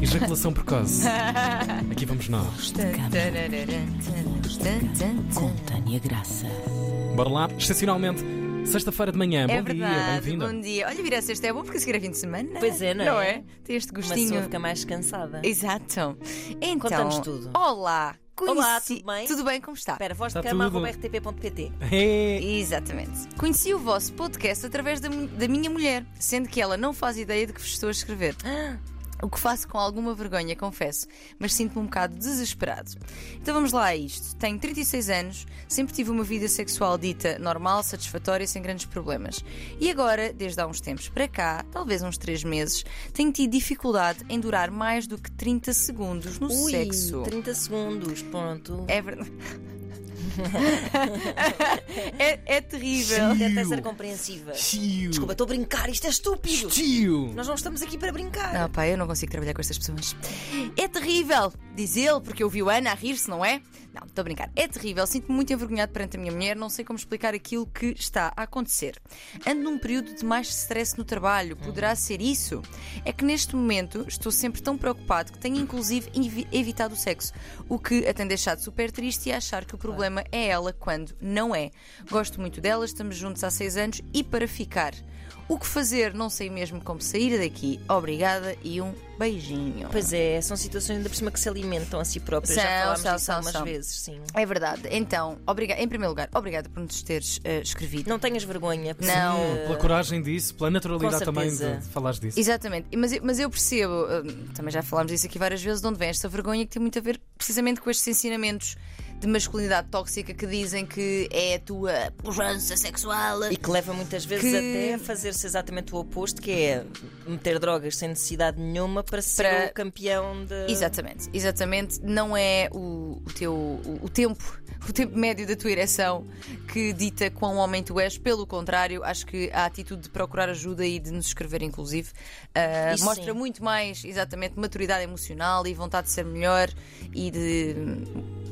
Ejaculação precoce. Aqui vamos É nós. Com Tânia Graça. Bora lá, excepcionalmente, sexta-feira de manhã. É bom dia, verdade, bem-vinda. bom dia. Olha, virar sexta é bom porque a seguir é fim de semana. Pois é, não é? Não é? Tem este Uma pessoa gostinho. fica mais cansada. Exato. Então, Conta-nos tudo. Olá. Conheci... Olá, tudo bem? Tudo bem, como está? Espera, voz de Está cama, tudo. arroba rtp.pt. É. Exatamente. Conheci o vosso podcast através da, mu- da minha mulher, sendo que ela não faz ideia de que vos estou a escrever. O que faço com alguma vergonha, confesso, mas sinto-me um bocado desesperado. Então vamos lá a isto. Tenho 36 anos, sempre tive uma vida sexual dita normal, satisfatória, sem grandes problemas. E agora, desde há uns tempos para cá, talvez uns 3 meses, tenho tido dificuldade em durar mais do que 30 segundos no Ui, sexo. 30 segundos, pronto. É verdade. é, é terrível. Tenta ser compreensiva. Tio. Desculpa, estou a brincar, isto é estúpido. Tio. Nós não estamos aqui para brincar. Ah, pá, eu não consigo trabalhar com estas pessoas. É terrível, diz ele, porque eu vi o Ana a rir-se, não é? Não, estou a brincar. É terrível, sinto-me muito envergonhado perante a minha mulher, não sei como explicar aquilo que está a acontecer. Ando num período de mais stress no trabalho, poderá ser isso? É que neste momento estou sempre tão preocupado que tenho inclusive evi- evitado o sexo, o que a tem deixado super triste e a achar que o problema é ela quando não é. Gosto muito dela, estamos juntos há seis anos e para ficar. O que fazer? Não sei mesmo como sair daqui. Obrigada e um beijinho. Pois é, são situações ainda por cima que se alimentam a si próprias. São, Já falámos são, disso são, algumas são. vezes, sim. É verdade. Então, obriga em primeiro lugar, obrigada por nos teres eh, escrevido. Não tenhas vergonha. porque- Não. Pela coragem disso, pela naturalidade Com também de, certeza. de falares disso. Exatamente, mas, eu- mas eu percebo, eh, também já falámos disso aqui várias vezes, de onde vem esta vergonha que tem muito a ver precisamente com estes ensinamentos de masculinidade tóxica que dizem que é a tua pujança sexual. E que leva muitas vezes Que- até a fazer-se exatamente o oposto, que é meter drogas sem necessidade nenhuma para ser Para- o campeão de. Exatamente, exatamente. Não é o, o teu o, o tempo, o tempo médio da tua ereção que dita quão homem tu és. Pelo contrário, acho que a atitude de procurar ajuda e de nos escrever, inclusive, ah, Isso mostra sim. muito mais, exatamente, maturidade emocional e vontade de ser melhor e de.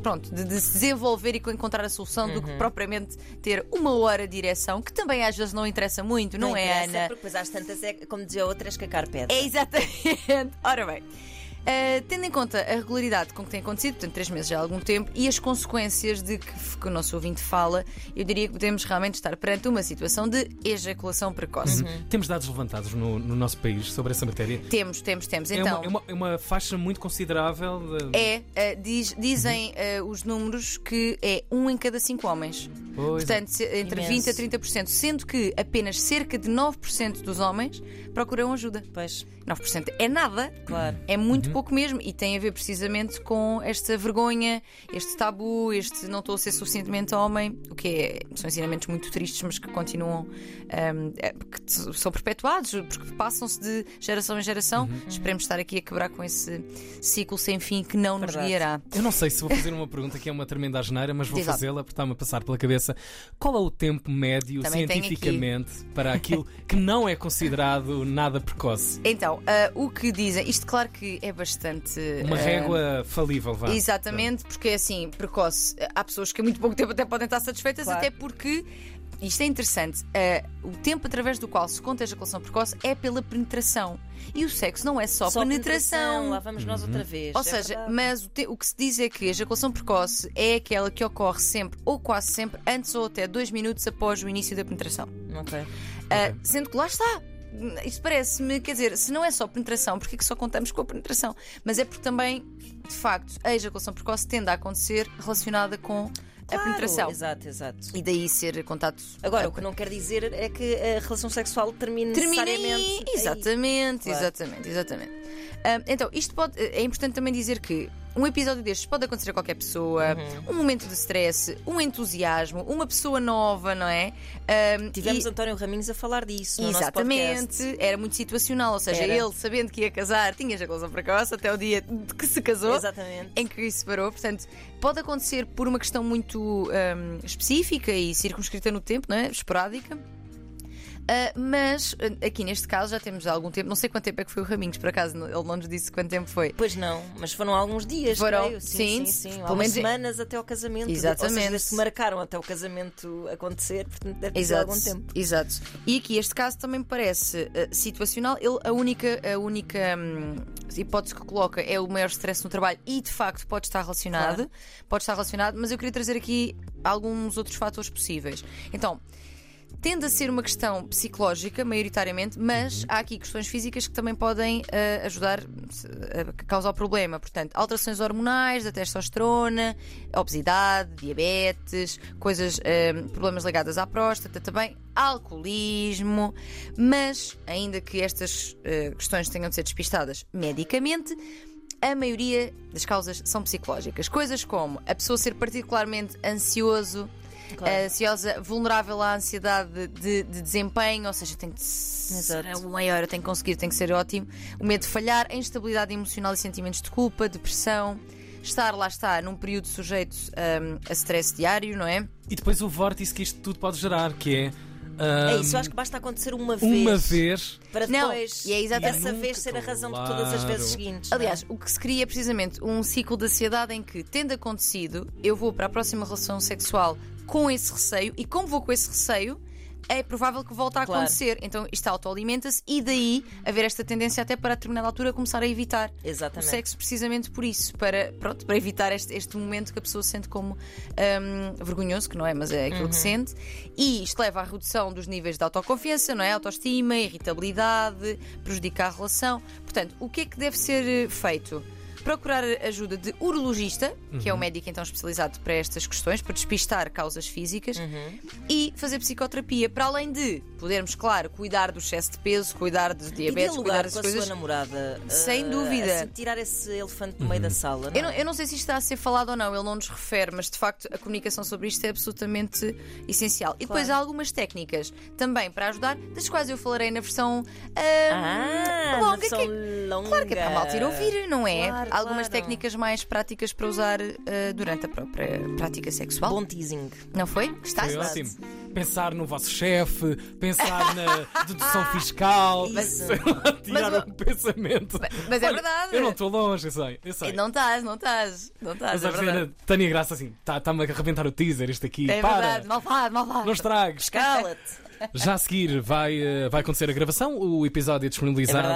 Pronto, de, de se desenvolver e encontrar a solução do Uhum. que propriamente ter uma hora de ereção, que também às vezes não interessa muito, não, é, interessa, Ana? Porque depois às tantas é, como dizia outra, é que a carpete. É exatamente. Ora bem. ah, tendo em conta a regularidade com que tem acontecido, portanto, três meses já há algum tempo, e as consequências de que, f- que o nosso ouvinte fala, eu diria que podemos realmente estar perante uma situação de ejaculação precoce. Temos dados levantados no, no nosso país sobre essa matéria. Temos, temos, temos. É Então, uma- é, uma, é uma faixa muito considerável. De... é, ah, diz- dizem ah, os números que é um em cada cinco homens. Pois é. Portanto, se- entre Imenso. 20% a 30%, sendo que apenas cerca de 9% dos homens procuram ajuda. Pois, 9% é nada, claro. É muito pouco mesmo e tem a ver precisamente com esta vergonha, este tabu, este não estou a ser suficientemente homem, o que é, são ensinamentos muito tristes, mas que continuam, hum, é, que t- são perpetuados, porque passam-se de geração em geração. Esperemos estar aqui a quebrar com esse ciclo sem fim que não nos Verdade. guiará. Eu não sei se vou fazer uma pergunta que é uma tremenda asneira, mas vou Diz lá. fazê-la porque está-me a passar pela cabeça. Qual é o tempo médio Também tenho aqui. cientificamente para aquilo que não é considerado nada precoce? Então, ah, o que dizem, isto claro que é bastante. Uma ah, régua falível, vá. Exatamente, porque é assim, precoce. Há pessoas que há muito pouco tempo até podem estar satisfeitas, Claro. até porque. Isto é interessante. eh, o tempo através do qual se conta a ejaculação precoce é pela penetração. E o sexo não é só, Só penetração. Uhum. Lá vamos nós outra vez. Ou É seja, verdade. mas o, te- o que se diz é que a ejaculação precoce é aquela que ocorre sempre ou quase sempre antes ou até dois minutos após o início da penetração. Não tem. Ah, sendo que lá está. Isto parece-me, quer dizer, se não é só penetração, porque é que só contamos com a penetração? Mas é porque também, de facto, a ejaculação precoce tende a acontecer relacionada com a Claro, penetração. Exato, exato. E daí ser contato. É Agora, o que não quer dizer é que a relação sexual termine Termina aí. necessariamente. É aí. Exatamente, Claro. exatamente, exatamente. Ah, então, isto pode. É importante também dizer que. Um episódio destes pode acontecer a qualquer pessoa, um momento de stress, um entusiasmo, uma pessoa nova, não é? Ah, Tivemos e- António Raminhos a falar disso no nosso podcast. Exatamente, era muito situacional, ou seja, Era. ele sabendo que ia casar tinha ejaculação precoce até o dia de que se casou. Exatamente. Em que isso separou, portanto, pode acontecer por uma questão muito hum, específica e circunscrita no tempo, não é? Esporádica. Ah, mas ah, aqui neste caso já temos há algum tempo, não sei quanto tempo é que foi o Raminhos, por acaso ele não nos disse quanto tempo foi. Pois não, mas foram alguns dias, Foram, creio. sim, Sim, sim, sim. pelo Há umas menos- semanas até ao casamento. Exatamente. Ou seja, se marcaram até o casamento acontecer, portanto deve ter sido Exato, algum tempo. exato. E aqui este caso também me parece eh, situacional. Ele, a única, a única hum, hipótese que coloca é o maior stress no trabalho e de facto pode estar relacionado, Claro. pode estar relacionado, mas eu queria trazer aqui alguns outros fatores possíveis. Então, tende a ser uma questão psicológica, maioritariamente, mas há aqui questões físicas que também podem eh, ajudar se- a causar o problema. Portanto, alterações hormonais da testosterona, obesidade, diabetes, coisas, eh, problemas ligados à próstata também, alcoolismo. Mas, ainda que estas eh, questões tenham de ser despistadas medicamente, a maioria das causas são psicológicas. Coisas como a pessoa ser particularmente ansioso, eh, Claro. ansiosa, vulnerável à ansiedade de, de desempenho, ou seja, tem que ser Exato. o maior, eu tenho que conseguir, tem que ser ótimo. O medo de falhar, a instabilidade emocional e sentimentos de culpa, depressão. Estar lá está num período sujeito hum, a stress diário, não é? E depois o vórtice que isto tudo pode gerar, que é. É ah, isso, eu acho que basta acontecer uma vez. Uma vez. Para Não, depois, e é exatamente- essa Nunca, vez ser a razão de todas as claro. vezes seguintes. não é? Aliás, o que se cria é precisamente um ciclo de ansiedade em que, tendo acontecido, eu vou para a próxima relação sexual com esse receio, e como vou com esse receio, é provável que volte a Claro. acontecer. Então isto autoalimenta-se e daí haver esta tendência até para a determinada altura começar a evitar Exatamente. o sexo precisamente por isso, para, pronto, para evitar este, este momento que a pessoa sente como hum, vergonhoso, que não é, mas é aquilo Uhum. que sente, e isto leva à redução dos níveis de autoconfiança, não é? Autoestima, irritabilidade, prejudica a relação. Portanto, o que é que deve ser eh, feito? Procurar a ajuda de urologista, que é Uhum. o médico então especializado para estas questões, para despistar causas físicas, Uhum. e fazer psicoterapia, para além de podermos, claro, cuidar do excesso de peso, cuidar dos E diabetes, cuidar dialogar das com a coisas. sua namorada. Sem eh, dúvida. assim, tirar esse elefante do meio Uhum. da sala. Não Eu não, é? eu não sei se isto está a ser falado ou não, ele não nos refere, mas de facto a comunicação sobre isto é absolutamente essencial. E depois há algumas técnicas também para ajudar, das quais eu falarei na versão ah, Ah, longa, uma versão que é- longa. Claro que é para a malta ir ouvir, não é? Claro, Há algumas claro. técnicas mais práticas para usar ah, durante a própria prática sexual. Bom teasing. Não foi? Estás? Foi é ótimo. Pensar no vosso chefe, pensar na dedução fiscal, Isso. tirar Mas o- um pensamento. Mas é Olha, verdade. É Eu não estou longe, eu sei. Eu sei. Não estás, não estás. Não estás, Mas é a verdade. cena, Tânia Graça assim, está-me a arrebentar o teaser, este aqui. É Para! verdade, malvado, malvado. Não estragues. Cala-te. Já a seguir vai, eh, vai acontecer a gravação. O episódio é disponibilizado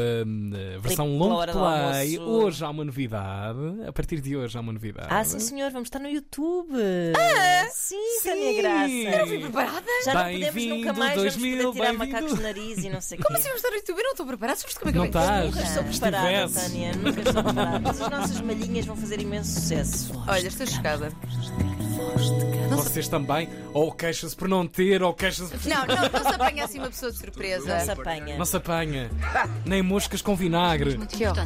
É eh, na versão Clique long pela hora do play. almoço. Hoje há uma novidade. A partir de hoje há uma novidade. Ah, sim, senhor, vamos estar no YouTube. Ah, sim, Tânia Graça. Fui preparada? Já não Bem-vindo, podemos nunca mais, vamos 2000, poder tirar bem-vindo. macacos de nariz e não sei o quê. Como assim vamos estar no YouTube? Eu não estou preparada, sabes como é que Não eu venho? estás? Nunca estou Se preparada, tivesse. Tânia. Nunca estou preparada. Mas as nossas malhinhas vão fazer imenso sucesso. Olha, estou chocada. Vocês também. Ou queixam-se por não ter, ou queixam-se por. Não, não, não se apanha assim uma pessoa de surpresa. Não se apanha. Não se apanha. Nem moscas com vinagre. Que horror.